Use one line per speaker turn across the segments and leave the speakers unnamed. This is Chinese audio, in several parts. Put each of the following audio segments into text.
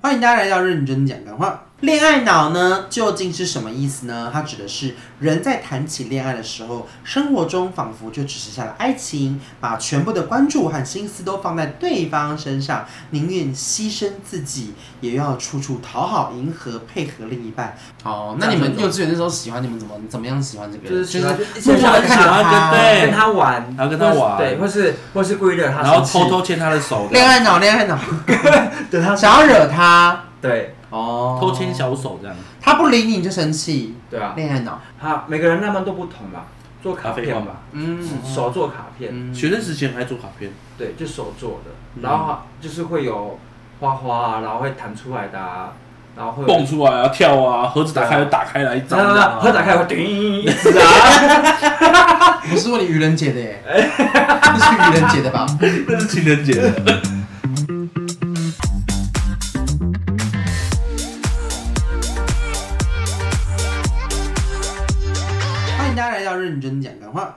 欢迎大家来到认真讲干话。恋爱脑呢，究竟是什么意思呢？它指的是人在谈起恋爱的时候，生活中仿佛就只剩下了爱情，把全部的关注和心思都放在对方身上，宁愿牺牲自己，也要处处讨好、迎合、配合另一半。
哦，那你们幼稚园那时候喜欢你们怎么怎么样喜欢这个
就是
人？
喜
就是
默默
欢
地看着
想
他
要跟跟他玩，
然后跟他玩
对，或是或是故意惹他
然后
生气，
偷偷牵他的手这
恋
样，
爱脑，恋爱脑，
对他
想要惹他
对
哦，
偷牵，小手这样。
他不理你你就生气，
对啊，
恋爱脑。
好，每个人浪漫都不同啦，做卡
咖啡
片
馆
吧，
吧，
嗯，
手做卡片，
嗯
学生时期很爱做卡片，
对，就手做的，
嗯
然后就是会有花花啊，然后会弹出来的啊，然后会有
蹦出来啊，跳啊，盒子打
对
开
啊
就打开来一张
然后
这
呢
样啊，
盒打开会叮一直啊，
不是问你愚人节的耶，
哎
你是愚人节的 吧？
那是情人节的。
欢迎大家来到认真讲干话，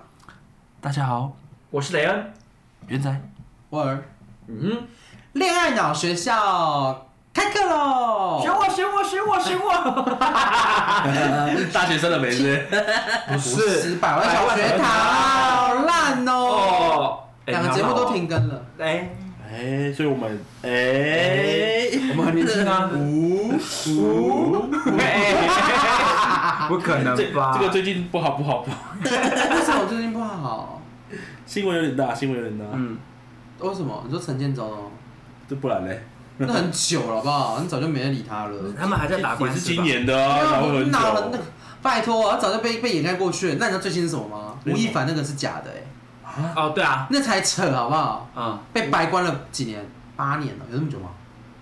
大家好，
我是雷恩，
元仔，
我儿
嗯，
恋爱脑学校开课
选
喽！
我选我选我选我，
大学生的美日，
不
十百万小学堂，好烂哦！
哦，哎
两个节目都，停更了，
蛮好哎，
哎，所以我们哎，
我们很年轻 啊，
五五，
不可
这这个最近不好不好不好，
为什么哎我最近不好？
新闻有点大，新闻有点大，
嗯，为什么？你说陈建州哦，
这不然嘞，
那很久了好不好？你早就没人理他 了。
他们还在打
也
官
是
司吧，
今年的啊，然后很
闹了那
久
个，拜托，啊早就被被掩盖过去了。那你知道最新是什么吗？吴亦凡那个是假的哎、
哦，对啊，
那才扯好不好？
嗯，
被白关了几年？八年了，有这么久吗？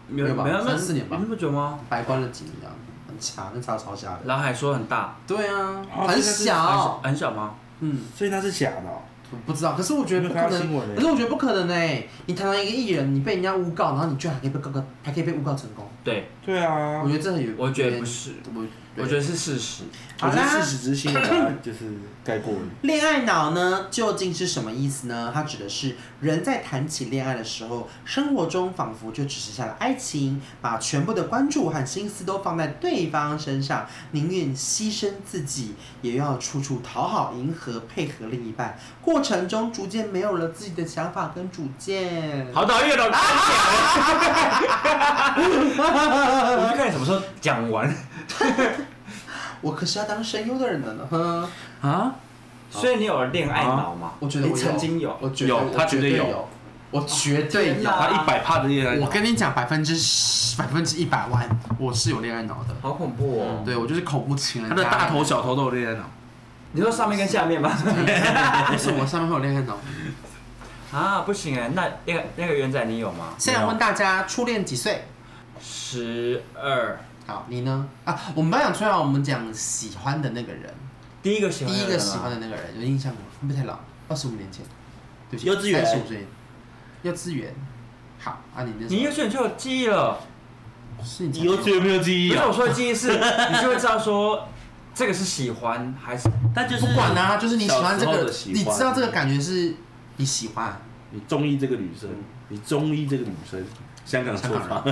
没
没有吧
没有
三四年吧
有那么久吗？
白关了几年啊？很强，那差超瞎的。
然后还说很大，
对啊，
啊
很
很
小
小，很小吗？
嗯，
所以他是假的哦，
我不知道。可是我觉得不
有
可
没有看到新闻
能，
欸
可是我觉得不可能哎、你堂堂一个艺人，你被人家诬告，然后你居然还可以被告个，还可以被诬告成功，
对，
对啊
我，觉得这很有，
我觉得不是，
我
我觉得是事实。
我
好
觉得
啦
事。实之新闻答案就是盖过了。
恋爱脑呢，究竟是什么意思呢？它指的是人在谈起恋爱的时候，生活中仿佛就只剩下了爱情，把全部的关注和心思都放在对方身上，宁愿牺牲自己，也要处处讨好、迎合、配合另一半。过程中逐渐没有了自己的想法跟主见。
好讨厌哦！ 我就看你什么时候讲完
我可是要当声优的人了呢。哼，
啊。所以你有恋爱脑吗？
哦我觉得我
你曾经有
我觉得
有
我
他绝对有
有，我绝对
天
有
哪。
他一百帕的恋爱脑
我，跟你讲，百分之十、百分之一百万，我是有恋爱脑的。
好恐怖哦！
对，我就是恐怖情人
他
家。
的大头小头都有恋爱脑。
你说上面跟下面吗？
不是我上面会有恋爱脑。
啊，不行哎，那那个那个元仔你有吗？
现在问大家，初恋几岁？
十二，
好，你呢？啊，我们不要讲初恋，我们讲喜欢的那个人，
第一个喜
第
欢
一
的
个
人
喜欢
啊
的那个人，有印象吗？会不会太老？二十五年前，对不起，
幼稚园
三十五岁，幼稚园。好啊，你那时
你
候
幼稚园就有记忆了。
是你才
幼稚园没有记忆
不是
啊
我，说的记忆是，你就会知道说这个是喜欢还是
但就是
不管啦、就是你喜欢这
小时候
个
的，喜欢
你知道这个感觉是你喜欢。
你中意这个女生，你中意这个女生，香港说 法，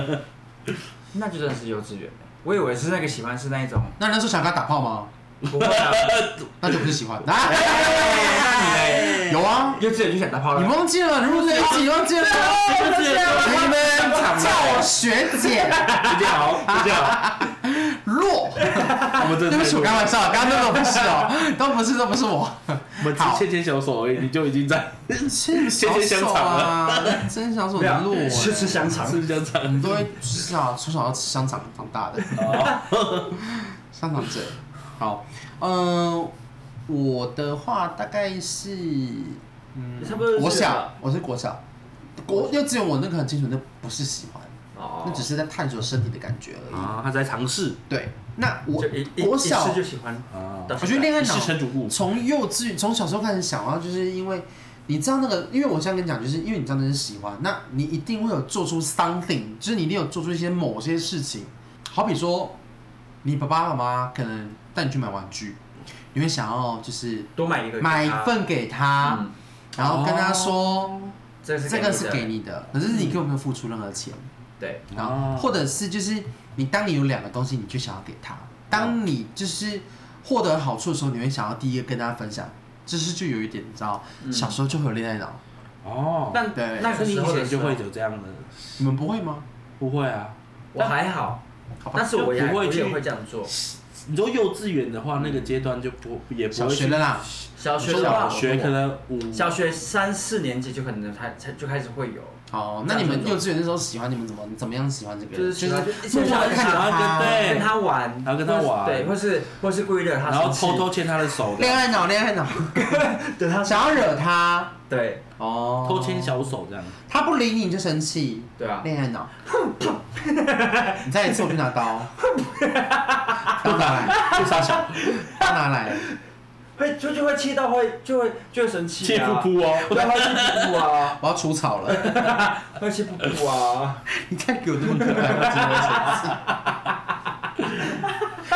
那就真的是幼稚园。我以为是那个喜欢是那一种，
那你那时候想跟他打炮吗？
不会啊，
那就不是喜欢。啊，有啊，
幼稚园就想打炮
你
了。
忘记了？如果在一起忘记了，你们叫我学姐
不好，不好，
洛。
哦我们真的
对不起，我开玩笑，刚刚那个不是哦，都不是，都不是我。
我们只
好
牵牵小手而已，你就已经在
牵小手啊，真想手的洛欸，
吃吃香肠，
吃香肠
我，们都会吃啊，从小要吃香肠长大的，香肠嘴。好，嗯，我的话大概是
差不多。啊
国小，我是国小，国幼稚园我那个很清楚，那不是喜欢，
哦，
那只是在探索身体的感觉而已。
啊，他在尝试
对，那我
就一一
国
一
小
次就喜欢。
啊，
我觉得恋爱
一世
脑
成主顾，
从幼稚园从小时候开始想啊，就是因为你知道那个，因为我现在跟你讲，就是因为你知道那是喜欢，那你一定会有做出 something，就是你一定有做出一些某些事情，好比说你爸爸妈妈可能带你去买玩具，你会想要就是
多买一个给他，
买一份给他，
嗯，哦
然后跟他说、
这是
这个是给
你
你的，可是你根本没有付出任何钱，
对，
然后或者是就是你当你有两个东西，你就想要给他，当你就是获得好处的时候，你会想要第一个跟大家分享，就是就有一点你知道，
嗯
小时候就会有恋爱脑，
哦，
但
对
那
所
个
以你
时
以
候的
前
时
就
候
会有这样的，
你们不会吗？
不会啊。
我还好，
好吧
但是我也
就不会
我也
去
会这样做。
你说幼稚园的话，那个阶段就不也不
小
会
学
去
了啦，
小学的话，
小学可能五
小学三四年级就可能才才就开始会有，
哦，那你们幼稚园那时候喜欢你们怎么怎么样喜欢这个人？
就是喜欢
默默地看着他，
对
跟他玩，
哎然后跟他玩
对，或是或是故意惹他
然后
生气，
偷偷牵他的手这
恋
样，
爱脑，恋爱脑，
对他
想要惹他
对
哦，
偷牵，小手这样。
他不理你你就生气，
对啊，
恋爱 脑，你再一次我就拿刀，刀拿来，
就傻小，
刀拿来，
会就就会气到会就会就会生气
气
啊，
噗噗哦。
对，会气噗噗啊，
我要除草 了，
会气噗噗啊，
你看给我这么可爱，我真的会生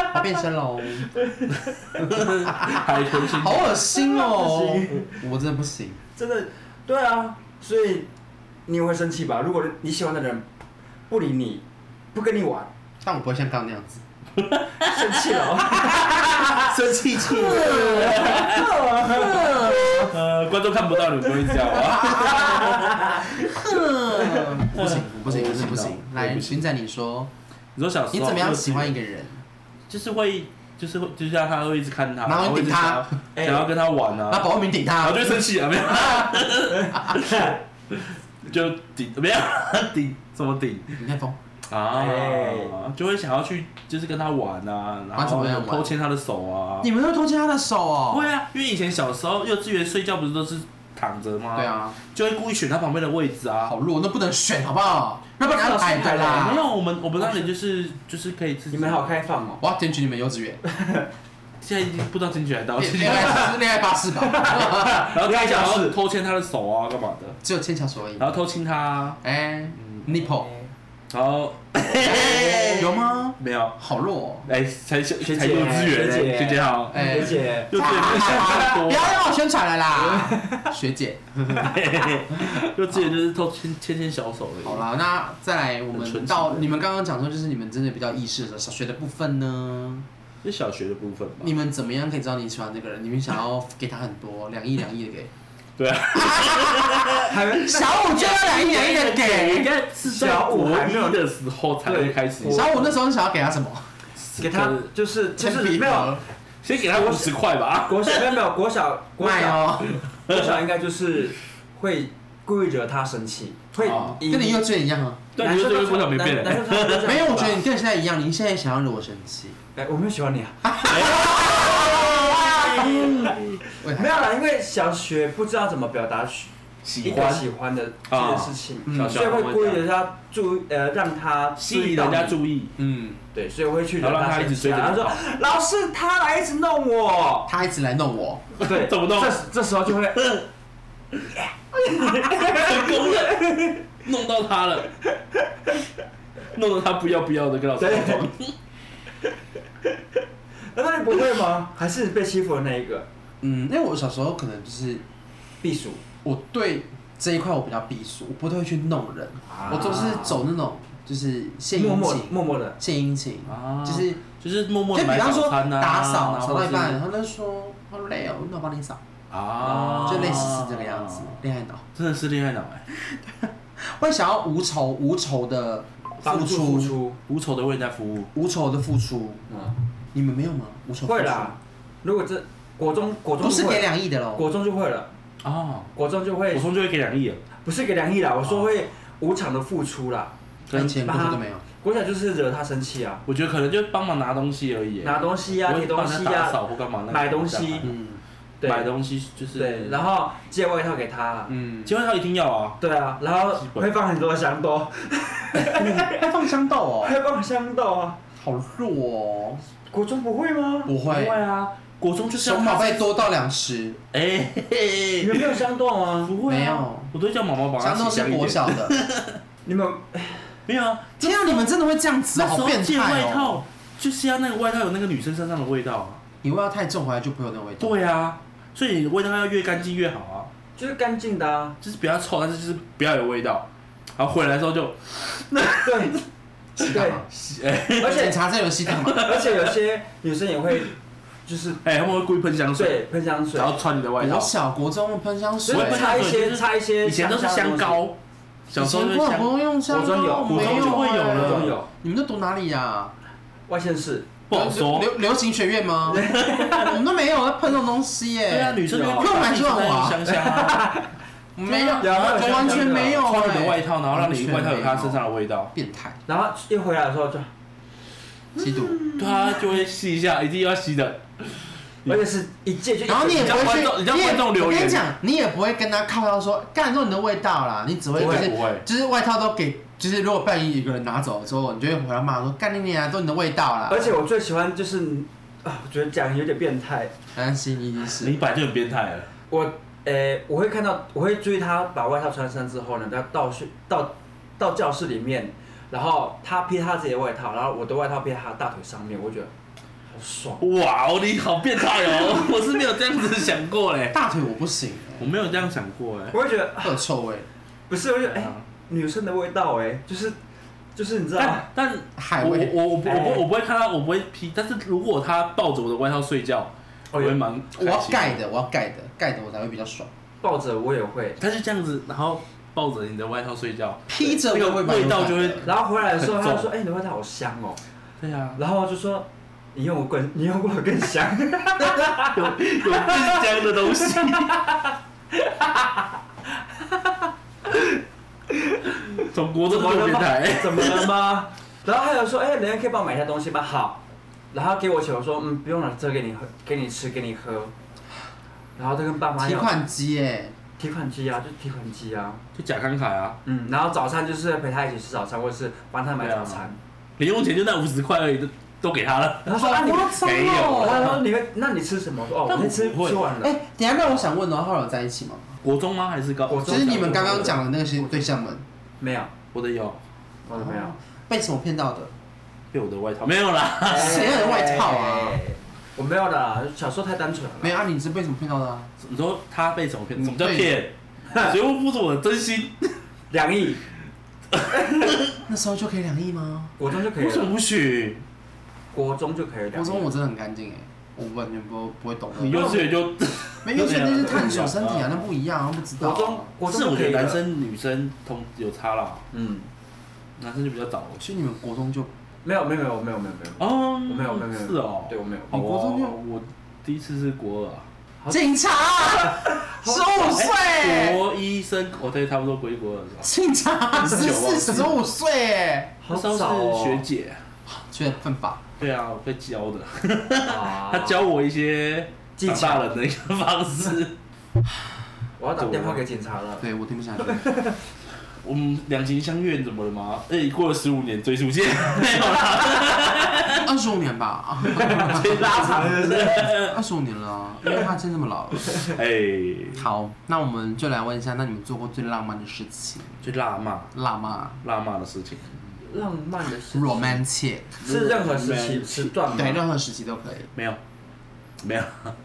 气，我变身 喽，
海豚星
好恶心哦，我真的不行，
真的，对啊，所以你也会生气吧？如果你喜欢的人不理你，不跟你玩，
但我不会像刚刚那样子，
生气了，
啊
生气 气了。
呃，观众看不到你们不会这样吧？
不行，不行，不
我不行
行，不行
哦！我
来，
不行
寻仔，你说
你说小时候
你怎么样喜欢一个人？
就是会，就是会，就是让他会一直看他，
然后
会
会
一直
顶他哎
想要想要跟他玩
然后
啊，
保命顶
然
他
后就，会生气啊，没有， 就顶没有顶什么顶
你看风，
啊
哎，
就会想要去就是跟他玩啊，然
玩什
后
么样玩
偷牵他的手啊，
你们会拖牵他的手哦？
会啊，因为以前小时候幼稚园睡觉不是都是躺着吗？
对，啊，
就会故意选他旁边的位置啊，
好弱，那不能选好不好？那不然要矮的
没
啦。
有，我们我哎们那里就是就是可以自
啊
己。
你们好，开放哦，
我要检举你们幼稚园，
现在已经不知道进去还到进去，
恋爱恋爱巴士吧，
然后他想要偷牵他的手啊，干嘛的？
只有牵小手而已。
然后偷亲他啊，
哎，nipple
然后
有吗？
没有，
好弱哦！
哎，才小
学姐
才幼稚园，
学姐
学姐好，哦
哎
学姐，
幼稚园不想太
不
多
要，让我宣传了 啦，学姐。
幼稚园就是偷牵牵牵小手而已。
好，啦，那再来，我
很
们
纯情
到
的
你们刚刚讲说，就是你们真的比较意识的时候，小学的部分呢，
是小学的部分吧
你？们怎么样可以知道你喜欢这个人？你们想要给他很多两亿两亿的给，
对啊，哎
还没
小五就要两亿两亿的
应
给，
该是在
小五
国
还
一
没有
的时候才会开始。
对
小五那时候想要给他什么？
给他就是就
铅
是
笔
没有。
盒
先给他五十块吧。
国小没有没有国小国
卖
小
哦，
国小应该就是会故意惹他生气，会
哦
以
跟你幼稚园一样啊。
对，
男
你
生
就
都
对国小没变
男
嘞。
男生都是这样
没有，我觉得你跟现在一样，你现在想要惹我生气，
哎，我没有喜欢你啊，
为
没
啥？
有啦，因为小学不知道怎么表达喜
喜
一个
欢
喜欢的这件事情，
嗯
小
所以
学
会故意惹他注意呃让他
吸引
注意
人
到
家
你，
注意，
嗯，
对，所以会去
然
惹
后让他
他
一
生
直
气
追着
啊，然后
你
说
跑。
老师他来一直弄我，
他一直来弄我，
对，
怎么弄
这这时候就会
成功了，弄到他了，弄得他不要不要的跟老师
对
沟通。
难道你不会吗？还是被欺负的那一个
嗯，因为我小时候可能就是
避暑？
我对这一块我比较避俗，我不太会去弄人，
啊
我总是走那种就是献
默
殷
默
勤，
默默的，
献殷勤，
啊
就是
就是默默
就
地买
比方说
早餐啊，
打扫，
然
扫
后
到一半，
是
然后他就说好累哦，那我帮你扫，
啊，
就类似是这个样
啊
子，恋爱脑。
真的是恋爱脑哎，
会想要无酬无酬的
帮
付
助
出
付，出，
无酬的为人家服务，
无酬的付出，
嗯，
你们没有吗？无酬付出
会啦。如果这国中国中
不是
就会
给两亿的喽。
国中就会了，
哦，
国中就会
补充就会给两亿啊了，
不是给两亿啦，我说会无偿的付出啦。
可
以
能
前国中都没有，
国小就是惹他生气啊，
我觉得可能就帮忙拿东西而已，
拿东西啊，
不
贴
会
东
帮
西
他打
啊，
扫或干嘛那个
买东西
干嘛
嗯
对
买东西就是
对，然
后
后借外套给他，啊
嗯，
结婚他一定要啊，
对啊，然后
基本
会放很多的香豆，
还放香豆哦，
会放香豆啊。
好弱哦，
国中不会吗？
不
不
会，
会啊，国中就是要
熊宝贝多到两十，
哎嘿嘿
你们没有香豆吗？
不会、啊，
没有
我都叫毛毛帮他
香豆
洗香
是
一
国
点。
小的，
你们
没有啊，
天啊，你们真的会这样子，
那时
好
候
变
借
态
外
哦！
套就是要那个外套有那个女生身上的味道啊。
你味道太重，回来就不会有那个味道。
对啊，所以你的味道要越干净越好啊，
就是干净的啊，
就是不要臭，但是就是不要有味道。然后回来之后就，
对对，而
而且
且
警察这游戏干嘛？
而且有些女生也会就是
哎，他们会故意喷香水，
对喷香水
然，后穿你的外
我
套。
小国中喷香水
就，是
对
擦一
就
些
是
擦一些
以前都是香
香的东西，
膏，小时候
以
就是
前国
香
中用香
国中有
膏，
国中
没
就会有
哎
了
国中有
你们都读哪里呀？
外线是
不好说。
流流行学院 吗？我们都没有在喷这种东西耶。
对啊，女生就
有
会把自己穿得很香 香啊，
没有，
有啊有
完全没有哎。
穿你的外套，然后让你外套有她身上的味道。
变态
然后一回来的时候就，
吸毒，
对啊，就会吸一下，一定要吸的。
而且是一届就一
然后你也不
你叫
会
观
去，
众你叫
你也
观众留
我
言
跟你讲，你也不会跟他靠腰说干这你的味道啦，你只会
不
就
会
是
不会
就是外套都给，就是如果不小心有个人拿走之后，你就会回来骂说干你娘，都你的味道啦。
而且我最喜欢就是啊，我觉得讲有点变态。
安心你已经是
你本来就很变态了，
我呃、我会看到，我会注意他把外套穿上之后呢，他到去到到教室里面，然后他披他自己的外套，然后我的外套披在他大腿上面，我觉得好爽。
哇哦，你好变态哦！ 我是没有这样子想过嘞，
大腿我不行，
我没有这样想过哎。
我会觉得
会有臭味，
不是，我就觉得哎、
嗯
女生的味道哎、就是就是你知道，
但但
啊海
我
味。
我我不我
哎
不我不会看到，我不会劈。但是如果他抱着我的外套睡觉，我
哦
会
有
蛮
我要
开心
盖。的，我要盖的，盖的我才会比较爽。
抱着我也会，
他就这样子，然后抱着你的外套睡觉，
披着
那个
我会蛮
味道就会
有感的
然后回来的时候
很
他
重
就说哎、你的味道好香哦、
对啊，
然后我就说你用我更你用过 我更香，
有 有更香的东 西。从国中
怎么
就
了
变
吗
态？，
怎么了吗？然后还有说，哎、人家可以帮我买一下东西吗？好，然后给我钱，我说，嗯，不用了，这个给你喝，给你吃，给你喝。然后他跟爸妈
提
要
款机哎，
提款机啊，就提款机啊，
就假慷慨啊，
嗯，然后早餐就是陪他一起吃早餐，或者是帮他买早餐。
零用钱就那五十块而已，都都给他了。
然后说，啊，你会，
脏
没有
哦，他说你会，那你吃什么？我说哦，
但
我会
我
吃
不会
吃完了。
哎，等一下那我想问哦，后来有在一起吗？
国中吗？还是高？
国中
就是你们刚刚讲的那些对象们，
没有，
我的有，
我的没有。
哦被什么骗到的？
被我的外套没有啦。
哎
谁要有外套啊？
我没有的，小时候太单纯了。
没有啊，你是被什么骗到的啊？
你说他被什么骗？
嗯
什么叫骗？谁会付出我的真心？
两亿，
那时候就可以两亿吗？
国中就可以
为什么
了，
不许？
国中就可以了。
国中我真的很干净哎，我完全不不会懂的。
你幼稚园就
没有，幼稚园那是探索身体
对
啊
啊，
那不一样啊，不知道
国
啊。
中，国中
是
就
我
可
觉
以
得
了
男，生女生同有差啦，
嗯，
男生就比较早
所以你们国中就
没有没有没有没有没有没有，
哦。
我没有没有没有，
是哦。
对我没有，
好哦
你国中就
我第一次是国二啊。
好
警察啊，十五岁，
国一升哦，对，差不多国一国二是吧？
警察十
19啊
四十五岁哎，
好
那时候
早哦
是学姐，
确犯法。
对啊，我被教的，
啊
她教我一些
技
长大
巧，
人的一个方式。
我要打电话给警察了。
对我听不 下去，
我们两情相悦怎么了吗？哎，过了十五年追 溯线没有啦，
二十五年吧，
拉长了是不是？
二十五年了啊，因为他真这么老了。
哎，
好，那我们就来问一下，那你们做过最浪漫的事情？
就辣骂
辣妈
辣骂的事情，
浪漫的事情
，romantic，
是任何时期时段吗？
对，任何时期都可以，
没有，没有，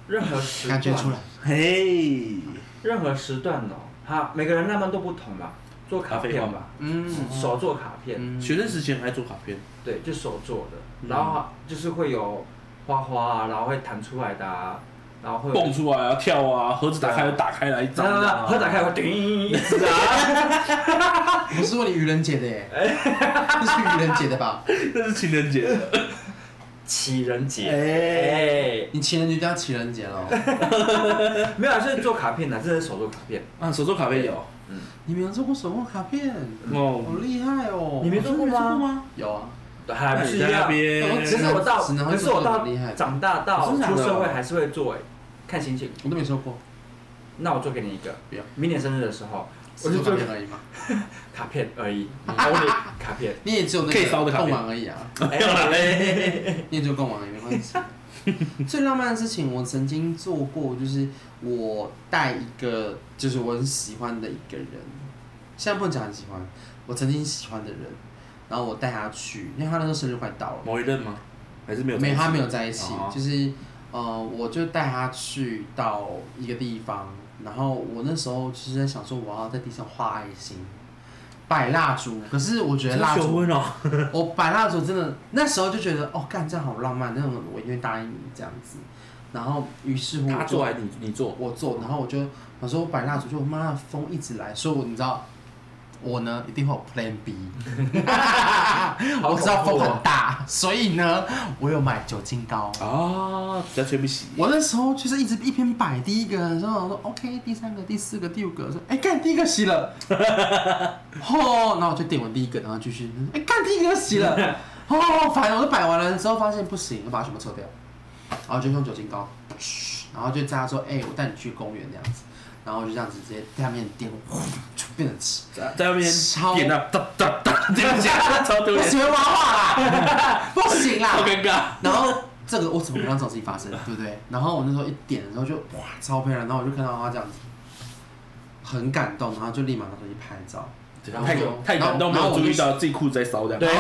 任何时段
感觉出来。。
嘿，
任何时段哦，哈，每个人浪漫都不同吧？做卡
咖啡
片
馆
吧
吧，
嗯，
手做卡片，
嗯
学生时期很爱做卡片，
对，就手做的，
嗯
然后就是会有花花啊，然后会弹出来的啊，然后会有
蹦出来啊，跳啊，盒子打
对
开
啊
就打开来一张的
那
啊，
盒打开会叮一直啊，
不是问你愚人节的耶，这是愚人节的吧？
那是情人节的，
情人节。
哎，
哎，
你情人节就要情人节了，
没有啊，就是做卡片的，真的是手做卡片。 嗯
啊，手做卡片有，
你没有做过手工卡片，好
哦，
厉害哦！
你没做过吗
我真的没做吗？有啊，
还不是一
在那
样。
边
可，是哎我到，
只能
可是我
只能会做得
到
很厉害
长大到
真的假
出
的
社会还是会做哎，看心情。
我都没做过，
那我做给你一个
不要，
明年生日的时候，
手
我就
工卡
做
片而已嘛。
卡片而已，only 卡片。
你也只有那
可以烧
个
的卡
贡
片
丸而已啊，
没有啦，哎，
你也只有贡丸而已，没关系。最浪漫的事情，我曾经做过，就是我带一个，就是我很喜欢的一个人，现在不能讲很喜欢，我曾经喜欢的人，然后我带他去，因为他那时候生日快到了。
某一任吗？还是没有？
没有，他没有在一起，
哦
就是呃，我就带他去到一个地方，然后我那时候就是在想说，我要在地上画爱心，摆蜡烛，可是我觉得蜡
求
烛，
婚哦，
我摆蜡烛真的那时候就觉得哦，干这样好浪漫，那种我一定会答应你这样子。然后于是乎我
他
就
做还是你你做？
我做，然后我就我说我摆蜡烛，就妈的风一直来，所以我你知道我呢一定会有 Plan B，我知道
好恐
风
怖哦
很大，所以呢我有买酒精膏。
啊，比较吹不起。
我那时候就是一直一边摆第一个，然后我说 OK，第三个、第四个、第五个，我说哎干、第一个洗了，吼，然后我就点完第一个，然后继续哎干、第一个洗了，哦，反正我都摆完了之后发现不行，我把它全部撤掉，然后就用酒精膏，嘘然后就叫他说哎、我带你去公园这样子，然后我就这样子直接在他面前点，呼就变成吃，
在在外面
超
点到哒哒哒，这样讲超丢
不
脸，
行画画啦，不行啦
好，尴尬。
然后这个我怎么可能让这种事情发生，对不对？然后我那时候一点的时候就哇超漂亮，然后我就看到他这样子，很感动，然后就立马拿手机拍照。然后
太
就
太感动，没
然后
有
我
注
就
意到自己裤子在烧这样。
对，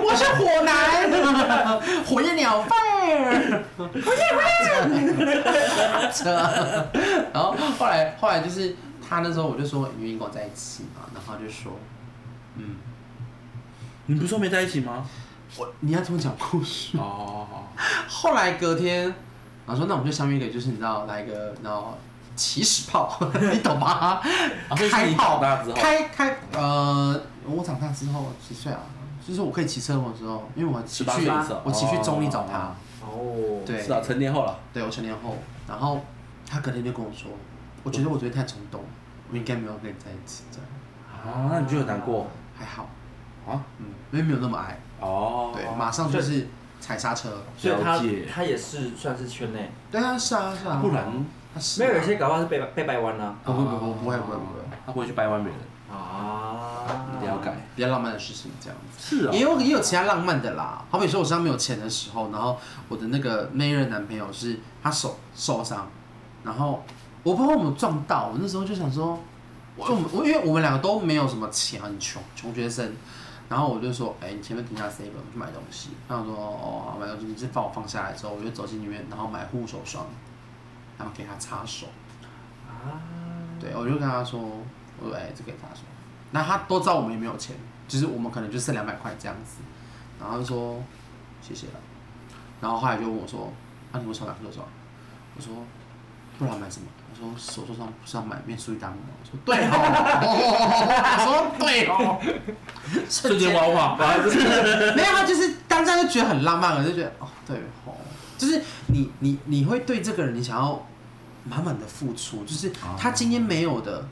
我是火男， 火焰鸟 fire，火焰 fire，然 后后来后来就是他那时候我就说你愿意跟我在一起嘛，然后他就说，嗯，
你不是说没在一起吗？
我你要听我讲故事。
哦，
后来隔天，然后说那我们就相约一个，就是你知道来一个，然后起始 炮，你懂吗？
啊所以是
开
你
炮
长大之后
开开呃，我长大之后几岁啊？就是我可以骑车的时候，因为我骑
18岁
去
的时候
我骑去中立找他，
哦
哦，
对
是啊，成年后了。
对我成年后，然后他隔天就跟我说，我觉得我昨天太冲动，我应该没有跟你在一起，这样
啊，那你就很难过
还好，
啊？
嗯，因为没有那么爱，
哦，
对，马上就是踩刹车，
所以
了解
他他也是算是圈内，
对啊，是啊是啊，
不然
他是
没有有
啊哦
些搞不好是被被掰弯啊了
不不不不不会不会不会，
他不会去掰弯别人，
啊，
一定要改。
比较浪漫的事情这样子。
是啊
也有也有其他浪漫的啦，好比说我身上没有钱的时候，然后我的那个那任男朋友是他手受伤，然后我不知道我们撞到，我那时候就想说，就我们我因为我们两个都没有什么钱，很穷穷学生，然后我就说，哎、你前面停下 seven，我去买东西，然后我说哦好买东西，你就帮我放下来之后，我就走进里面，然后买护手霜，然后给他擦手，
啊，
对，我就跟他说，我说哎、这可以他说，那他都知道我们也没有钱，就是我们可能就剩两百块这样子，然后他就说谢谢了，然后后来就问我说，那、啊、你为什么买护手霜？我说不然买什么？我说手手霜不是要买面舒一达姆吗？我说对哦，我说对哦，
瞬间挖话，哇这
没有，他就是当下就觉得很浪漫了，就觉得哦，对哦，就是你你你会对这个人，你想要满满的付出，就是
哦
他今天没有的，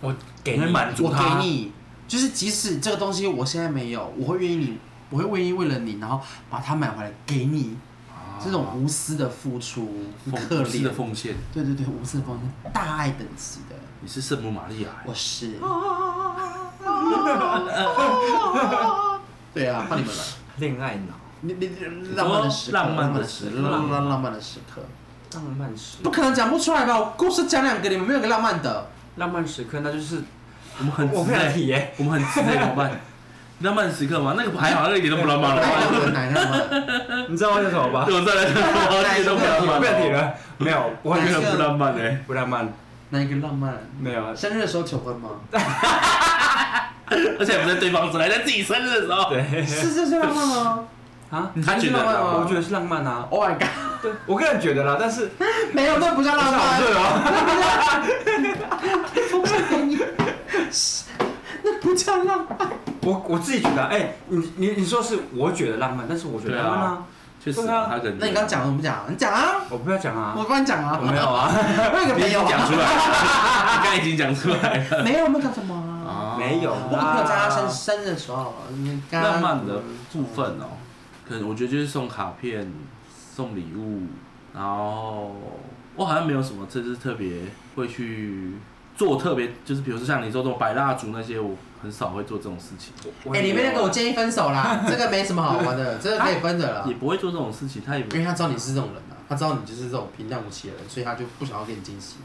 我给
你满足
我
他
给你，就是即使这个东西我现在没有，我会愿意你，我会愿意为了你，然后把它买回来给你，这种无私的付出，很可
奉献
怜
的，奉献，
对对对，无私的奉献，大爱等级的，
你是圣母玛利亚，
我是，对啊，换你们了。
恋爱脑，
你你你浪漫的时刻，
浪漫的
时
时
刻，
刻
浪漫浪漫的时刻，
浪漫时
不可能讲不出来吧？我故事讲两个，你们没有一个浪漫的。
浪漫时刻，那就是
我们很
我不
直
想
哎
提耶，
我们很直哎，怎么办？浪漫时刻吗？那个还好，那个一点都不浪漫了。
爱的哪一个浪漫？
你知道为什么吧？
对我再来讲，我一点都不浪
我
漫
不想提
哦，
了，没有，我
我
很
觉得很不浪漫哎。
不浪漫，
哪一个浪漫？
没有，
生日的时候求婚吗？
而且不在对方生日，还在自己生日的时候。
对
是这是浪漫吗？
啊，
你是觉
是
得
浪漫吗？
我觉得是浪漫啊，
，Oh my god，
对我个人觉得啦，但是
没有，那不叫浪漫，
对啊，
不是给你，那不叫浪漫。
我我自己觉得，哎，你你你说是我觉得浪漫，但是我觉得浪漫啊，
确实
对啊
啊，他可能。
那你刚刚讲了，我们讲，你讲啊，
我不要讲啊
我，帮你讲啊。
我没有，啊，
那个
你已
没有
经
啊
讲出来 了，你刚已经讲出来了。
没有，我们讲什么啊？
哦
没有
我朋友在他
啦
生，生日的时候，你刚刚
浪漫的部分哦，可能我觉得就是送卡片、送礼物，然后我好像没有什么，这是特别会去做特别，就是比如说像你说这种摆蜡烛那些，我很少会做这种事情，
我
哎、
也
你
没
们
有
那个我建议分手 啦，这个没什么好玩的，这个可以分的啦。
啊也不会做这种事情。他也
啊因为他知道你是这种人啊，他知道你就是这种平淡无奇的人，所以他就不想要给你惊喜。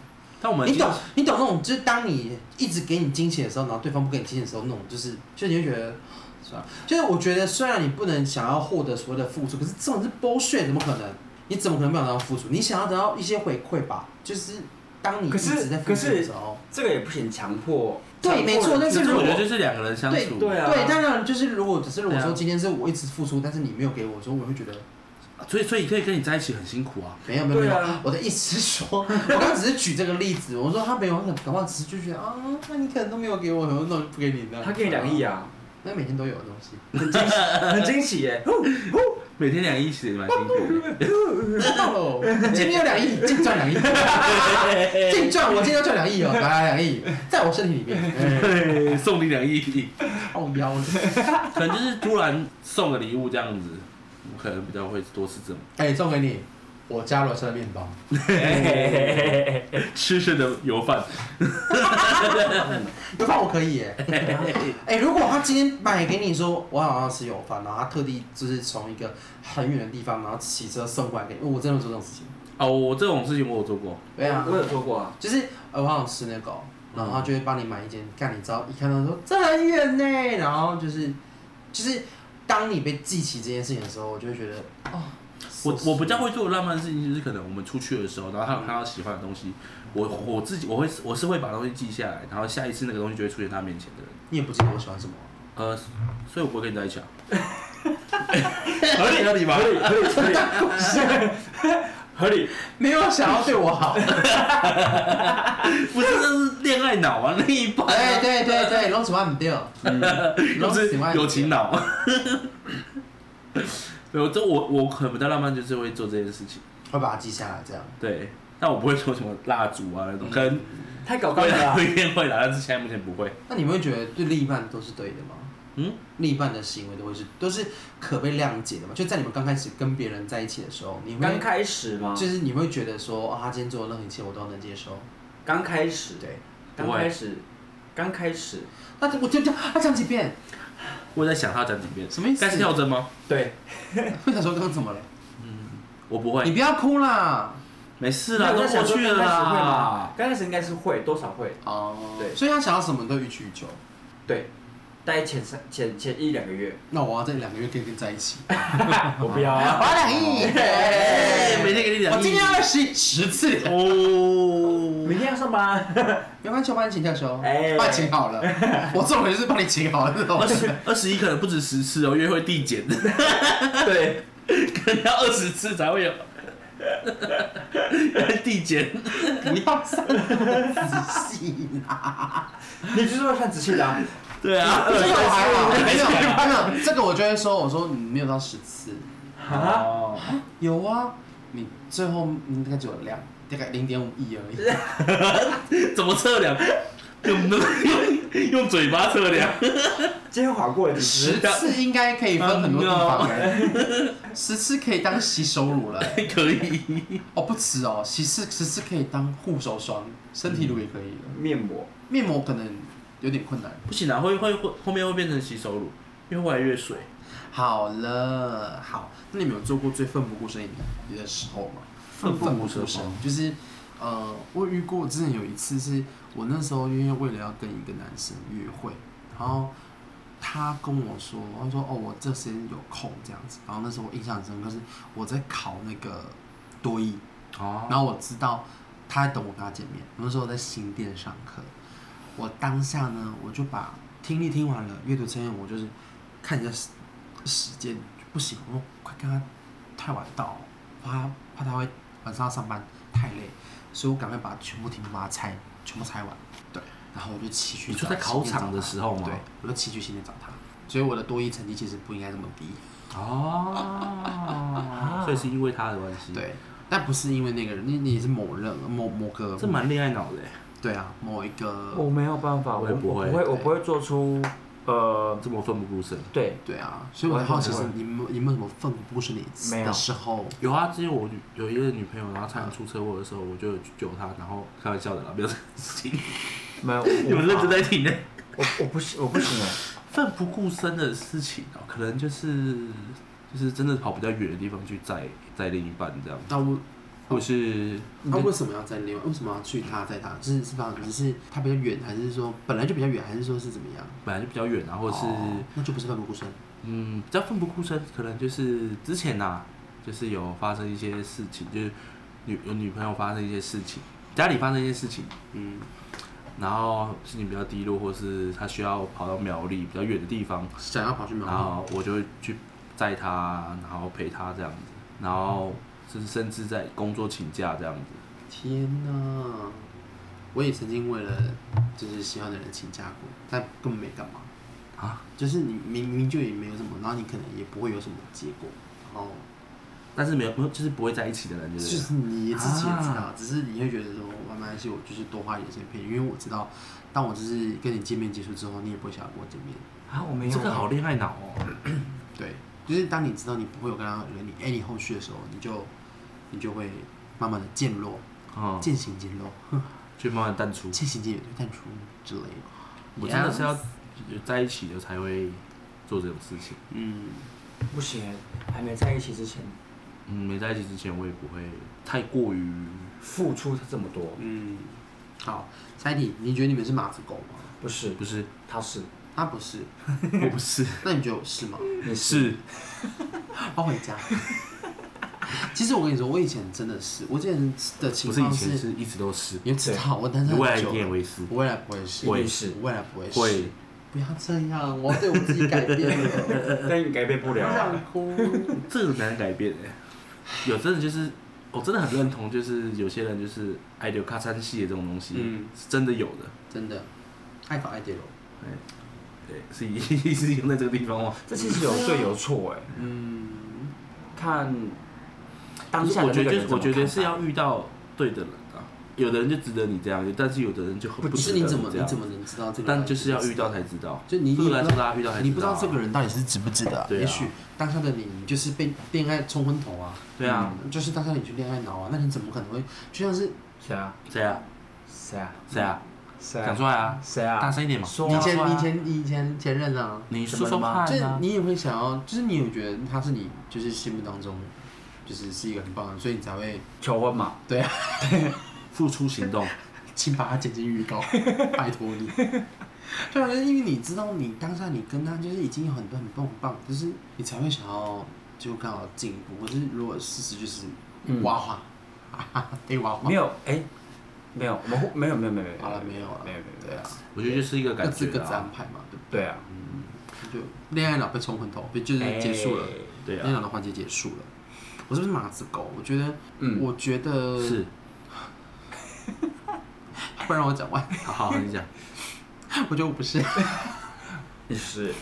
但我们
你懂，你懂那种，就是当你一直给你惊喜的时候，然后对方不给你惊喜的时候，那种就是，就你会觉得，算了。就是我觉得，虽然你不能想要获得所谓的付出，可是这种是剥削，怎么可能？你怎么可能没有得到付出？你想要得到一些回馈吧，就是当你一
可是
直在付
可
出
是
的时候，
这个也不行，强迫。
对
强迫
没错
人
但
其
是
实
如
我
果
觉得就是两个人相处，
对啊，
对，当然就是如果只是如果
对
说
啊
今天是我一直付出，但是你没有给我，说我会觉得
所以所以可以跟你在一起很辛苦啊。
没有没有没
对
有
啊，
我的意思是说，我刚只是举这个例子，我说他没有，他搞不好只是就觉得啊，那你可能都没有给我，然后那我就不给你了。
他给你两亿
啊，
啊，
那每天都有的东西。
很惊喜，很惊喜耶！
每天两亿其实也蛮辛苦的。
哦，今天有两亿，净赚两亿，净赚，我今天要赚两亿哦，来两亿，在我身体里面，
对，送你两亿，
好妖了。
可能就是突然送个礼物这样子，我可能比较会多吃这种
哎，送给你，我加罗生的面包。
吃剩的油饭。
嗯
油饭我可以耶、哎、如果他今天买给你说我想要吃油饭，然后他特地就是从一个很远的地方，然后骑车送过来给你，我真的做这种事情。
哦，我这种事情我有做过，
对啊，
我有做过啊，
就是呃我想吃那个哦，然后他就会帮你买一间，干你知道，一看到说这很远呢、然后就是就是当你被记起这件事情的时候，我就会觉得哦，
我
so
我比较会做的浪漫的事情，就是可能我们出去的时候，然后他有看到喜欢的东西，我我自己我会我是会把东西记下来，然后下一次那个东西就会出现在他面前的人。
你也不记得我喜欢什么。
呃，所以我不会跟你在一起啊。
合理合理吧？合理合理合理 合理，
没有想要对我 好，
不是，这是恋爱脑啊，那一 半、
对
啊。
哎对对对，拢喜欢唔对，哦
就
拢
嗯是
喜欢
友情脑。啊 对，我这我我可能比较浪漫，就是会做这件事情。
会把它记下来这样。
对，但我不会做什么蜡烛啊那种，可能
太搞怪
未
了
来
啊
会。一定会啦，但是现在目前不会。
那你们会觉得对另一半都是对的吗？
嗯，
另一半的行为都会是都是可被谅解的嘛？就在你们刚开始跟别人在一起的时候，你
刚
会
开始吗？
就是你会觉得说，哦，他今天做的任何一切我都能接受。
刚开始，
对，
刚开始，刚开始，
那我就这样，他讲几遍，
我在想他讲几遍，
什么意思
该是跳针吗？
对，
会想说刚刚怎么了？
我不
你
会，
不要哭啦。
没事
啊
啦，都过去
刚开始会
了
吗
啦。？
刚开始应该是会，多少会。
哦，
对
所以他想要什么都予取予求。
对，大概前三前前一两个 月，
那我要在两个月跟跟在一 起，
啊
我不要
我
啊，
要两亿，
哦哎每天给你两亿
我今天要十十次，
哦，
明天要上班，
没关系，我帮你请假休，
哎
帮你请好了，我这种人就是帮你请好了这种
二
人。
十二十一可能不止十次哦，约会递 减，
对，
可能要二十次才会 有递减。
不要算那么仔细啦。
你就是会看仔细 的啊，
对啊，
这个我还好，
二十
没
次
有没有，这个我就会说，我说你没有到十次，
啊，
哦，
有啊，你最后你大概只有两，大概零点五亿而已。
怎么测量？用用用嘴巴测量？
今天划过了几
十
次，
次应该可以分很多地方哎、 十次可以当洗手乳了、欸，
可以。
哦不止哦，十次十次可以当护手霜，身体乳也可以了，
面膜，
面膜可能有点困难。
不行啊，会会会后面会变成洗手乳，因为会越来越水。
好了，好，那你们有做过最奋不顾身的的时候吗？
奋不顾身吗
就是呃，我遇过，之前有一次是我那时候因为为了要跟一个男生约会，然后他跟我说，他说哦，我这时间有空这样子，然后那时候我印象很深刻是我在考那个多一，
哦，
然后我知道他在等我跟他见面，我那时候在新店上课，我当下呢我就把听力听完了，阅读测验我就是看一下时时间不行，我快跟他太晚到了，怕怕他会晚上要上班太累，所以我赶快把全部题目把它拆全部拆完，对，然后我就骑去
你说
找
在考
新店
场
找
的
他
时候吗
对，我就骑去新店找他，所以我的多一成绩其实不应该这么低，
啊
哦，所以是因为他的关系。，
对，但不是因为那个人，你你是某人某某个
这蛮恋爱脑的欸耶，
对啊，某一个
我没有办法，我
我也
我
不
不
会
会，我不会做出，呃，
这么奋不顾身。
对，
对啊，所以我很好奇是你们你们有什么奋不顾身的
没有
的时候？
有啊，之前我女有一个女朋友，然后差点出车祸的时候，我就有去救她，然后开玩笑的啦，没有这个事情。
没有，
你们认真在听呢？
我我不行，我不行 哎，
奋不顾身的事情哦，可能就是就是真的跑比较远的地方去载载另一半这样，
那我
或是
那为什么要在另外？为什么要去他在他？就是是吧？只是他比较远，还是说本来就比较远，还是说是怎么样？
本来就比较远啊，或是
哦那就不是奋不顾身。
嗯，比较奋不顾身，可能就是之啊前呐、就是有发生一些事情，就是女有女朋友发生一些事情，家里发生一些事情，
嗯，
然后心情比较低落，或是他需要跑到苗栗比较远的地方，
想要跑去
然
苗
后我就会去载他，然后陪他这样子，然后甚甚至在工作请假这样子。
栗，天哪！我也曾经为了就是喜欢的人请假过，但根本没干嘛
啊。
就是你明明就也没有什么，然后你可能也不会有什么结果，哦然后
但是没有没有，就是不会在一起的人，就
就是是你自己也知道，
啊
只是你会觉得说，慢慢系我就是多花一点时间陪你，因为我知道，当我就是跟你见面结束之后，你也不会想要跟我见面。
啊，我没有这个好恋爱脑哦。
对，就是当你知道你不会有跟他有你哎你后续的时候，你就你就会慢慢的渐弱，
哦，
渐行渐弱，
就慢慢淡出。
渐行渐远，淡出之类的。
我真的是要有在一起的才会做这种事情。
嗯，
不行，还没在一起之前
嗯，没在一起之前，我也不会太过于
付出这么多，
嗯，好，下一题，你觉得你们是马子狗吗？
不是
不是，
他 是
他不是，
我不 是，
那你觉得我是吗？
你
是
我回家。 其实我跟你说，我以前真的是，我之前的情
不是以
况
前是一直都是，
你知道我单身
你未来
很
一
久
定也
了，
会是，
我未来不会是，
会
是
我未来不会是，
会
不要这样，我要对我自己改变 了，
但你改变不
我
了啊。
想哭。
这个很难改变哎、有真的就是，我真的很认同，就是有些人就是爱流咔嚓系的这种东西，
嗯
是真的有的。
真的，爱搞爱跌落。
对，是一 是用在这个地方吗？
这其实有对有错哎，
嗯，
看当
不是
下的
我
那
觉
个
得
人
就是
怎
我
么看
觉
待
得是要遇到对的人啊，有的人就值得你这样，但是有的人就很
不
值
是
得
你怎么
这
你
样
怎么能知道这个？
但就是要遇，到才知道，
就你
对
你
我来
不
说，大家遇到才知道啊
你不知道这个人到底是值不值得、
对啊
也许当下的你，你就是被恋爱冲昏头啊。
对啊，
嗯就是当下你去恋爱脑啊，那你怎么可能会？就像是
谁啊
谁啊
谁啊
谁啊，
嗯
谁啊
讲出来啊，
谁啊
大声一点嘛，
说
你
啊
以
说
前
啊
你以前你以前前任啊，
你
什
说
么
说
的吗
看
就是
啊，
你也会想要，就是你有觉得他是你就是心目当中，就是是一个很棒的人，所以你才会
求婚嘛？
对啊，
付出行动，
请把它剪进预 告，拜托你。对啊，因为你知道你当下你跟他就是已经有很多很棒很棒，就是你才会想要就更好进一步。我是如果事实就是
嗯
挖花，哈哈 被挖花
没。有哎，没有，我们没有没有没有没有，
好了，没有了，
没有没有没
对
有，
啊，
我觉得就是一个
各
感
自
觉
各自
啊
安，排嘛，对不
对啊，
对？就恋爱脑被冲昏头，被就是结束了
哎，
对
恋爱
啊，
脑的环节结束了。我是不是马子狗？我觉得，
嗯
我觉得
是，
不然让我讲完。
好好你讲，
我觉得我不是，
你是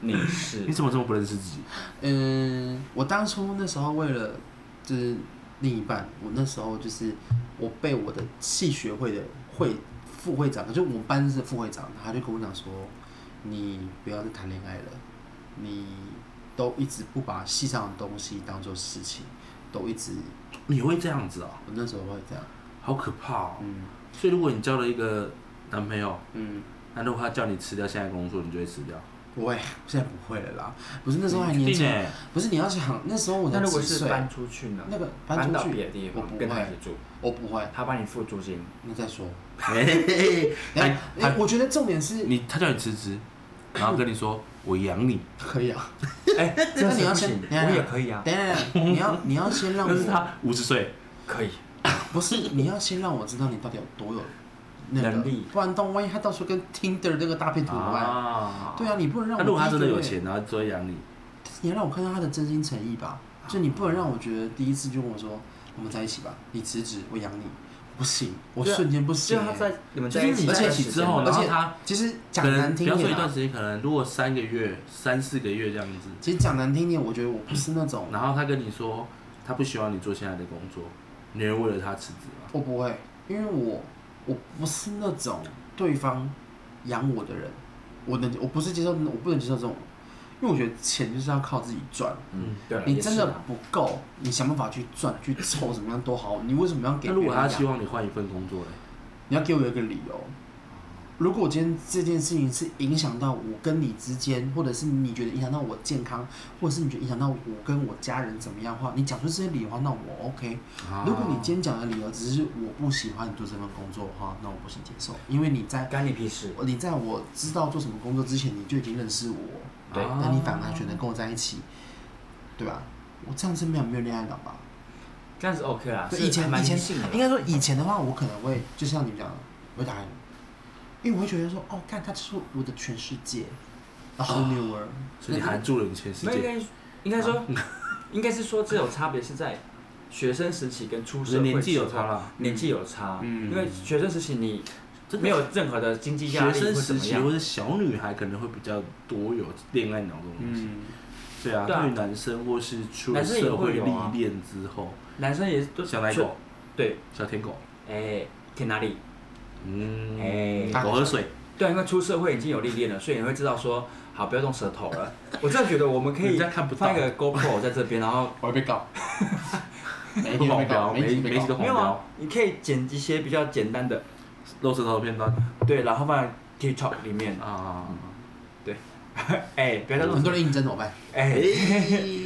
你是
你怎么这么不认识自己？
嗯，我当初那时候为了就是另一半，我那时候就是我被我的系学会的会副会长，就我们班是副会长，他就跟我讲说，你不要再谈恋爱了，你都一直不把系上的东西当做事情，都一直，
你会这样子哦，
我那时候会这样，
好可怕哦。
嗯
所以如果你交了一个男朋友，
嗯，
那如果他叫你辞掉现在工作，你就会辞掉。
不会，现在不会了啦，不是那时候还
你
年
确定
轻，啊
欸
不是你要想那时候我才
那如
几
果是
岁，
搬出去呢？
那个搬
搬
出
到
去
别的地
我
方
不
跟他
会哎
一起住，
我不会，
他帮你付租金，
你再 说。
嘿嘿嘿
哎
哎，
哎我觉得重点是
你他叫你辞职，然后跟你说我养你，
可以啊，
哎，
那你要
是
先
不，
等
行
一下
我也可以啊，
等一下等一下你 要你要先让
但是
我，
他五十岁，
可以，
不是你要先让我知道你到底有多有那个
能力
不然动万一他到时候跟 Tinder 那个搭配图案，
啊
对啊，你不能让
那
我。
如果他真的有，钱，然后就会养你，
你要让我看到他的真心诚意吧，就你不能让我觉得第一次就跟我说我们在一起吧，你辞职我养你，不行，我
对啊
瞬间不
就
行
他
欸。
在你们
就
在一
是
起，
你在一起之后，
而
然
且
后他
其实
可
讲
能
难
不
听
要
一
说
点
一段
啊，
时间，可能如果三个月、三四个月这样子，
其实讲难听一点，我觉得我不是那种，
然后他跟你说他不喜欢你做现在的工作，你会为了他辞职吗？
我不会，因为我我不是那种对方养我的人，我能我不是接受，我不能接受这种，因为我觉得钱就是要靠自己赚，
嗯，对了，
你
也是
真的
啊
不够，你想办法去赚去凑怎么样都好，你为什么要给别
那如
人
果他
养？
希望你换一份工作嘞？
你要给我一个理由。如果我今天这件事情是影响到我跟你之间，或者是你觉得影响到我健康，或者是你觉得影响到我跟我家人怎么样的话，你讲出这些理由的话，那我 OK。如果你今天讲的理由只是我不喜欢做这份工作的话，那我不行接受，因为你在
干你屁事，
你在我知道做什么工作之前，你就已经认识我，
对
那你反而选择跟我在一起，对吧？我这样是没有没有恋爱脑吧？
这样子 OK
啊
啦。
对
是
以前
还蛮
以前
理性的
应该说以前的话，我可能会就像你们讲的，我会打开门，因为我会觉得说，哦，看他是我的全世界，a
啊
whole new world。
所以你含住了你全世
没有应
界，
该应该说，应该是说这种差别是在学生时期跟出
我
社
觉得
会
年纪
之后
有差，啦，
年纪有差，
嗯
因为学生时期你
真的
没有任何的经济压力或
学生
怎
时
么
期
样
或。者小女孩可能会比较多有恋爱脑这种东西，
嗯，
对啊，
对啊
对于男生或是出了
男生也
社会
会有
历
啊
练之后，
男生也都
小奶狗，
对，
小舔狗，
哎，舔哪里？
嗯，
哎
狗喝水，
对，因为出社会已经有历练了，所以你会知道说，好，不要动舌头了。我真的觉得我们可
人
以
家看不到
放一个 GoPro 在这边，然 后
我会被 告，每一
都
天
黄
被告，
标，
每一
每
集
每
被
一集
告。
都黄
没有啊
标，，
你可以剪一些比较简单的，
露舌头的片段
对，然后放在 TikTok 里面。
啊，
哎，不要再
很
动
多
舌头，
人应征怎么办？
哎，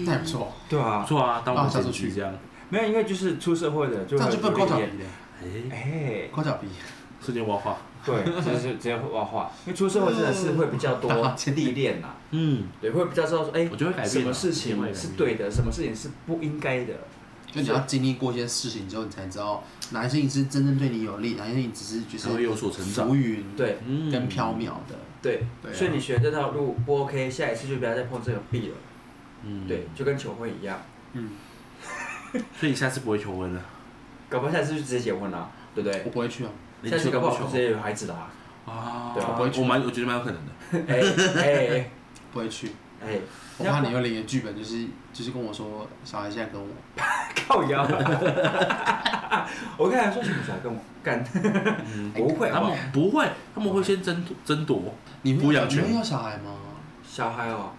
那也不错，
对
不
啊，
错啊，当我
啊
们
小
剪
出
辑
去
这样，
没有，因为就是出社会的
这
就会
样就不能
有
抠
历
脚
练
皮嘞，
哎，
哎，
抠脚皮，
瞬间挖话，
对，就是直接画画，因为出社会真的是会比较多 历练呐，
嗯，
对，会比较知道说，哎，
我觉得会改变啊
什么事
一定会改
情
变
是对的，什么事情是不应该的，
就你要经历过一些事情之后，你才知道哪些你是真正对你有利，哪些你只是就
才会
是
有所成长
浮，云
对
嗯，
跟缥缈的。
对，
对啊
所以你选这条路不 OK，下一次就不要再碰这个壁了，
嗯，
对，，就跟求婚一样，
嗯，
所以你下次不会求婚了，
搞不好下次就直接结婚了，对不对？
我不会去啊，
你
下次
求
搞不
不
好就
求
直接有孩子了啊，
啊，
对啊
不会求
我蛮我觉得蛮有可能的，
哎哎
不会去。
哎 哎，
我怕你又领个剧本，就是就是跟我说小孩现在跟我，
靠腰，啊 我刚才说什么时候跟我干？
嗯，
不会
他
好不好
们不会，他们会先争争夺，
你会
抚养权
你会要小孩吗？
小孩哦，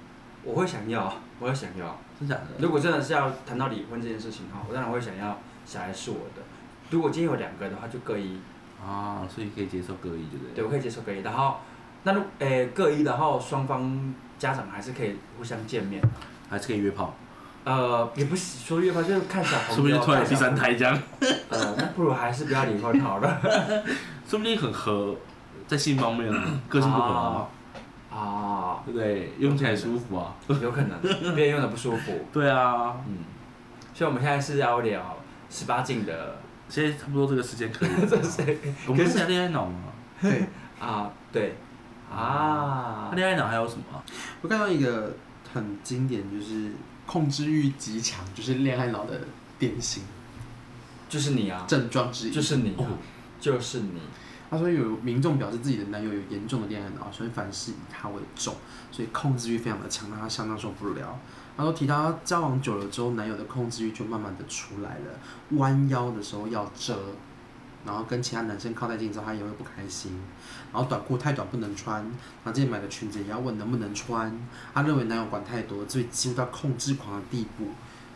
我会想要，我会想要。
真假的？
如果真的是要谈到离婚这件事情的话，我当然会想要小孩是我的。如果今天有两个的话，就各一，
啊，所以可以接受各异，对不
对
对？
我可以接受各一。然后，那如诶、各一，然后双方家长还是可以互相见面。
还是可以约炮，
呃，也不是说约炮，就是看小朋友。
说不定突然有第三
看
胎这样，
小朋友。呃，那不如还是不要离婚好了。
说不定很合，在性方面啊个性不合啊，
啊，
对不对？用起来舒服啊，
有可能别人用的不舒服。
对啊，
嗯，所以我们现在是要聊十八禁的，
现在差不多 这个时间可以了。我
可
们
是
是讲恋爱脑吗？
对，
啊，对啊
那，恋爱脑还有什么啊？
我看到一个很经典，就是控制欲极强，就是恋爱脑的典型
就是你啊，
症状之一。
就是你啊
哦，
就是你，
他说有民众表示自己的男友有严重的恋爱脑，所以凡事以他为重，所以控制欲非常的强，让他相当受不了。他说提到交往久了之后，男友的控制欲就慢慢的出来了，弯腰的时候要遮，然后跟其他男生靠太近之后，他也会不开心。然后短裤太短不能穿，然后今天买的裙子也要问能不能穿。他认为男友管太多，所以几乎到控制狂的地步。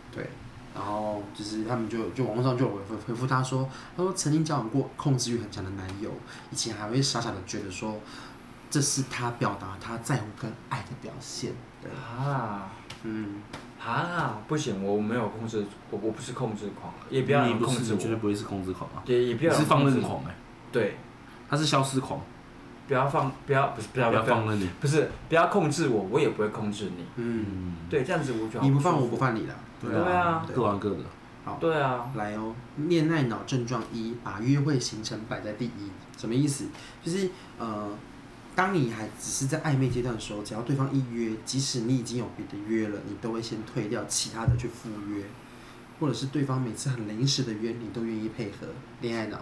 对，然后就是他们就就网络上就有回复回复他说，他说曾经交往过控制欲很强的男友，以前还会傻傻的觉得说，这是他表达他在乎跟爱的表现。对，
啊
嗯，
啊，不行，我没有控制，我我不是控制狂，也不要
你
人
不
控
是，
制
你绝对
我，
不会是控制狂啊，
也也不
你
要
是
人
放
控制
任
我，
狂哎，
对，
他是消失狂，
不要放，不要不是不要
不要放，
不
任你。
不是不要控制我，我也不会控制你，
嗯，
嗯，
对，这样子我觉得
你不放我
舒服
不，放你啦。
对
对
啊
啊，
各玩各的。
对啊，
来哦，恋爱脑症状一，把约会行程摆在第一，什么意思？就是呃，当你还只是在暧昧阶段的时候，只要对方一约，即使你已经有别的约了，你都会先推掉其他的去赴约，或者是对方每次很临时的约，你都愿意配合。恋爱脑，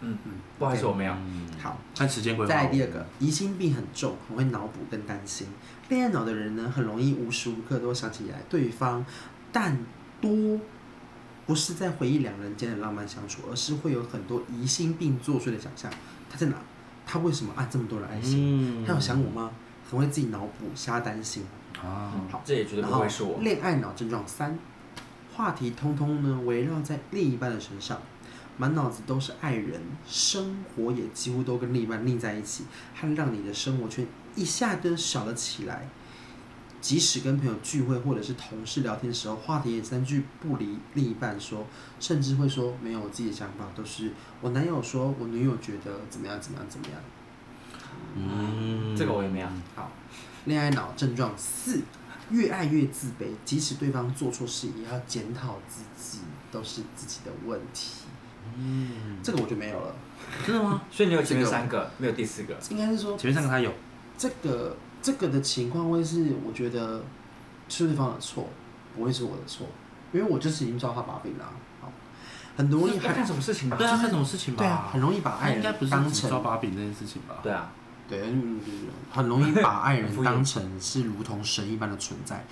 嗯，
嗯，
不好意思，我没有，
嗯
好，
看时间规划。哦
再来第二个，，疑心病很重，很会脑补跟担心。恋爱脑的人呢，很容易无时无刻都想起来对方，但多不是在回忆两人间的浪漫相处，而是会有很多疑心病作祟的想象。他在哪？他为什么啊按这么多人爱心？
嗯
他有想我吗？很会自己脑补，瞎担心。
啊，
好，嗯这也绝对
然
不
后
会是我，
恋爱脑症状三，话题通通呢围绕在另一半的身上，满脑子都是爱人，生活也几乎都跟另一半腻在一起，和让你的生活圈一下子小了起来。即使跟朋友聚会或者是同事聊天的时候，话题也三句不离另一半说，甚至会说没有我自己的想法，都是我男友说，我女友觉得怎么样怎么样怎么样。
嗯
嗯这个我也没有，
好，恋爱脑症状四，越爱越自卑，即使对方做错事，也要检讨自己，都是自己的问题。
嗯，
这个我就没有了，
真的吗？
所以你有前面三个，没有第四个。
应该是说
前面三个他有，
这个这个的情况会是，我觉得是对方的错，不会是我的错，因为我就是已经抓他把柄了。啊好，很容易
要
很
看什么事情吧
对？啊，看什么事情吧？
对啊，很容易把
他
爱
应该不
人
是
当
只
成
抓把柄这件事情吧？
对啊，
对，嗯很容易把爱人
很敷衍
当成是如同神一般的存在，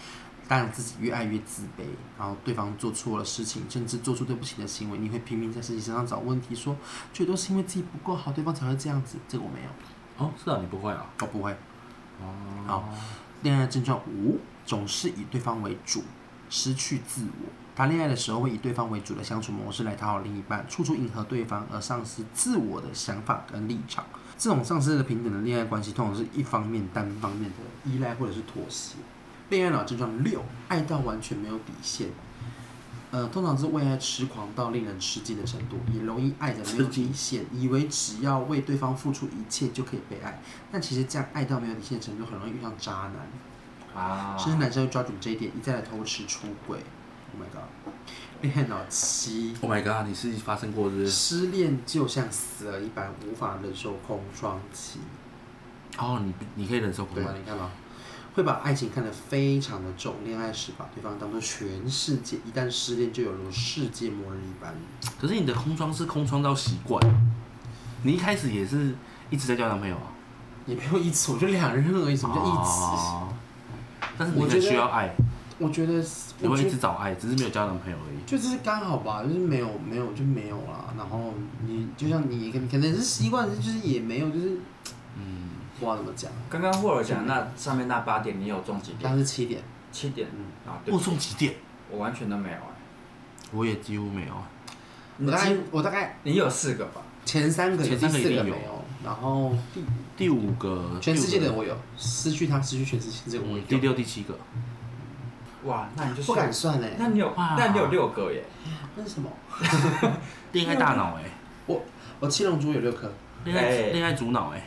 但自己越爱越自卑，然后对方做错了事情，甚至做出对不起的行为，你会拼命在自己身上找问题，说最多是因为自己不够好，对方才会这样子。这个我没有，
哦，是啊，你不会啊？
我不会。
哦，
好，恋爱症状五，总是以对方为主，失去自我。谈恋爱的时候会以对方为主的相处模式来讨好另一半，处处迎合对方，而丧失自我的想法跟立场。这种丧失了平等的恋爱关系，通常是一方面单方面的依赖或者是妥协。恋爱脑症状六，爱到完全没有底线。呃，通常是为爱痴狂到令人吃惊的程度，也容易爱的没有底线，以为只要为对方付出一切就可以被爱，但其实这样爱到没有底线的程度，很容易遇上渣男。
啊，
甚至男生会抓住这一点，一再来偷吃出轨。Oh my god！恋爱脑七，
Oh my god！你是发生过是不是？
失恋就像死了一般，无法忍受空窗期。
哦，你不你可以忍受
对
恐
吧？
慌。
你看吧，会把爱情看得非常的重，恋爱时把对方当做全世界，一旦失恋就有如世界末日一般。
可是你的空窗是空窗到习惯，你一开始也是一直在交男朋友啊？
也不用一次，我就两人而已，什么叫一次？
哦但是你
我觉
很
得
需要爱，
我觉得，
你
我
会
觉
一
得
直找爱，只是没有交男朋友而已。
就就是刚好吧，就是没有没有就没有啦。然后你就像你可可能是习惯，就是也没有，就是
嗯，
不知道怎么讲。
刚刚霍尔讲那上面那八点，你有中几点？
但是七点，
七点
嗯
啊，对
我，送几点？
我完全都没有哎。
我也几乎没有啊。
我
你
大概
几
我大概
你有四个吧？
前三个有，
前三个
第四
一
个没
定有
有，然后第
第五个，
全世界的
第五
我有，失去他，失去全世界这个我
嗯
有，
第六、第七个，
哇，那你就是
不敢算嘞，
那你有
哇
那你有六个耶？
那是什么？
恋爱大脑哎，
我七龙珠有六颗，
恋爱
哎
恋爱主脑哎，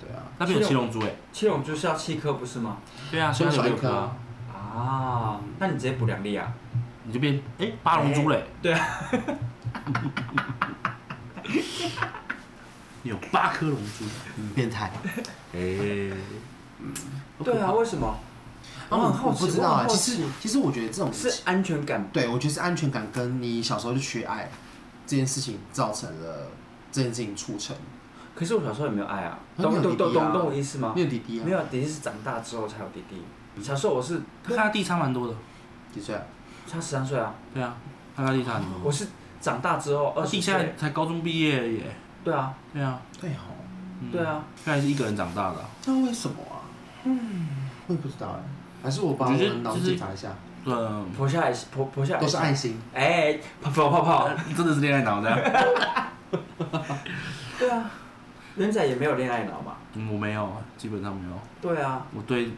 对啊，
那边有七龙珠哎，
七龙珠是要七颗不是吗？
对啊，
所
所
以少
以有
一
六
颗
颗
啊
啊，
啊，那你直接补两粒啊？
你就变哎八龙珠嘞，
对啊，
你有八颗龙珠，
嗯，变态。
哎，
对啊，为什么？我很好
嗯我
奇，
不知道啊，
我很好
其
奇
实其实我觉得这种
是安全感
对，我觉得是安全感跟你小时候就缺爱这件事情造成了这件事情促成。
可是我小时候也没有爱啊，
那
懂
你有
懂
弟
懂
弟啊
懂懂我意思吗
没？有弟弟啊
没，有，弟弟是长大之后才有弟弟。小时候我是
他跟他弟差蛮多的，
几岁啊？
差十三岁啊，
对啊，他跟他弟差
嗯
很
我
多，
是长大之后
他
二
弟
十
现在
岁。
才高中毕业耶，
对啊，
对啊，
对哦，
嗯
对啊，
现在是一个人长大的啊，
那为什么啊？嗯，我也不知道哎，还是我把我
我觉得
的脑
就
子
是
检查一下，
嗯，
婆下来婆婆下来
都是爱心。
哎，泡泡泡泡。
真的是恋爱脑这样，
对啊，元仔也没有恋爱脑嘛。
嗯，我没有，基本上没有，
对啊，
我对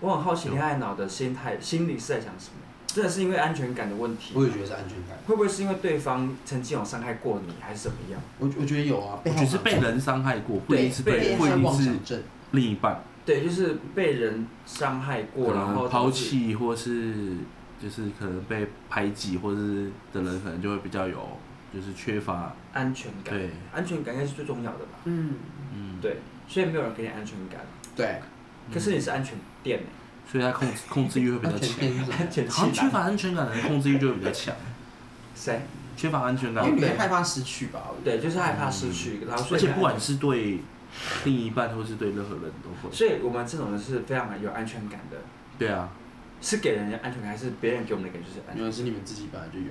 我很好奇恋爱脑的心态心理是在想什么？真的是因为安全感的问题？
我也觉得是安全感。
会不会是因为对方曾经有伤害过你，还是怎么样？
我我觉得有啊，
我只是被人伤害过，不一定是
被
被，
被
不一
人
定
妄
是
想症，
另一半，
对，就是被人伤害过，
可
然
能
后
抛。弃或是就是可能被排挤或是的人，可能就会比较有就是缺乏
安全感，
对，
安全感应该是最重要的吧？
嗯，
嗯，
对，所以没有人给你安全感，
对，
可是你是安全垫欸、
所以他控控制欲会比较
安全偏
强，
安全
好像
气
缺
囊。
乏安全感的人控制欲就会比较强，
谁？
缺乏安全感
因，为
对
你会害怕失去吧？我觉得
对，就是害怕失去，然后所
嗯而
以
且不管是对另一半或是对任何人都会，
所以我们这种人是非常有安全感的，
对啊，
是给人家安全感，还是别人给我们的感觉就是安全感
原来是你们自己本来就有。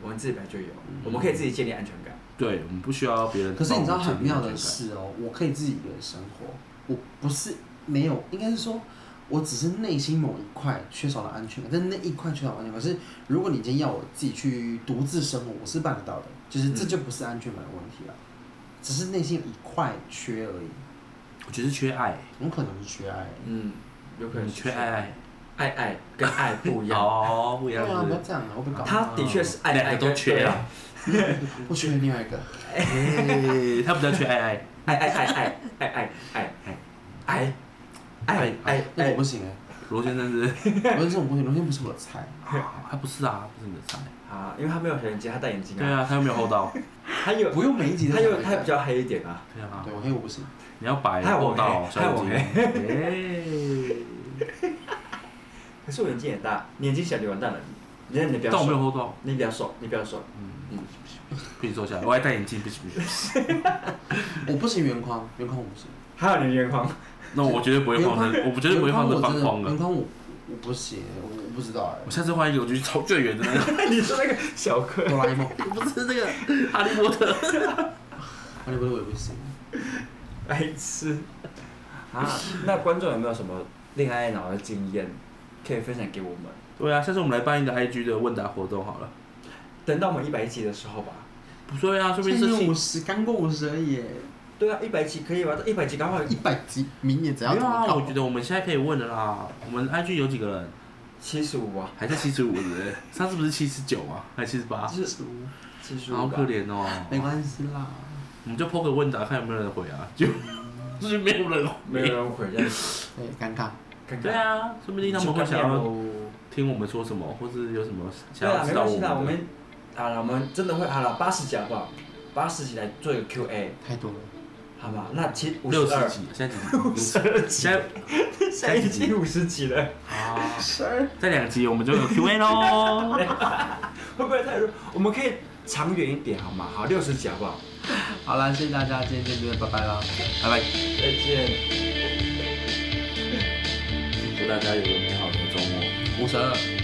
我们自己本来就有，
嗯
我们可以自己建立安全感。
对我们不需要别人
可
帮
是
我
你
们
知
建
道
立安全
很
感。
妙的是哦，我可以自己一个人生活，我不是没有，应该是说。我只是内心某一块缺少了安全感，但那一块缺少安全感。可是如果你今天要我自己去独自生活，我是办得到的，就是这
嗯
就不是安全感的问题了，只是内心有一块缺而已，
我觉得是缺爱，
很可能是缺爱。
嗯，有可能是
缺爱，
爱爱跟爱不一样。
哦，不一
对
样
啊，不
是
要这样啊，我被搞。
他的确是爱
两个
爱
都
跟
缺啊，
我缺另外一个。
哎， 他比较缺爱爱，
对爱爱爱爱爱爱爱爱爱爱
那我不行哎、
罗先生是，
我这种不行，龙先不是我的菜。
他不是啊，不是你的菜。
啊，因为他没有黑眼睛，他戴眼镜
对
啊，
啊，他又没有厚道。
他有
不用每一集都
他
讲
有
一
他
下
比较黑一点啊，
对啊，
对我黑我不行，
你要白
害我
厚道
黑
小哎眼
害
睛。
可是我眼睛也大，你眼睛小就完蛋了，你你比较
但我没有
瘦，
厚道，
你比较瘦，你比较瘦，
必须坐下来。我还戴眼镜，必须必须。
我不行圆框，圆框我不行。
还有你的眼眶，
那我绝对不会
圆
放
框
成，我绝对不会放成
圆框我
方
真的
框
圆
的。
框我我不行，我我不知道
我
哎。
下次换一个，我就去找最远的那个，
你是那个小哥，
哆啦 A 梦，
不是那个 哈利波特。
哈利波特我也不行。
白痴啊！那观众有没有什么恋爱脑的经验可以分享给我们？
对啊，下次我们来办一个 IG 的问答活动好了。
等到我们一百集的时候吧。
不对啊，说不定
现在
是
五十，刚过五十而已耶，
对啊，一百集可以吧？一百集赶快
一百集明年怎样
没
怎
有
么
啊，
搞
我？觉得我们现在可以问的啦。我们 IG 有几个人？
七十五啊，
还在七十五是？上次不是七十九吗？还七十八？
就是七十五，
好可。怜哦。
没关系啦，
我们就 PO 个问答，看有没有人回啊。就就是 没有人回。
没有人回应，
对，尴尬。
看看
对，啊，说不定他们会
就
想
看
要
面咯
听我们说什么，或是有什么
对
想
啊，
要知
没
道
关系
我
啦，我
们的。
们好了，我们真的会好了，八十集好不好？八十集来做一个 Q&A，
太 多了，
好吗？那七五
六
十
十
二，
几，啊现在几集？现在
现在已经五十集了，
啊，
十二
再两集我们就有 Q&A 喽。
会不会太弱？我们可以长远一点好吗？好，六十集好不好？
好啦，谢谢大家，今天就这边，拜拜啦。
拜拜，
再见。
祝大家有个美好的周末。
五十二。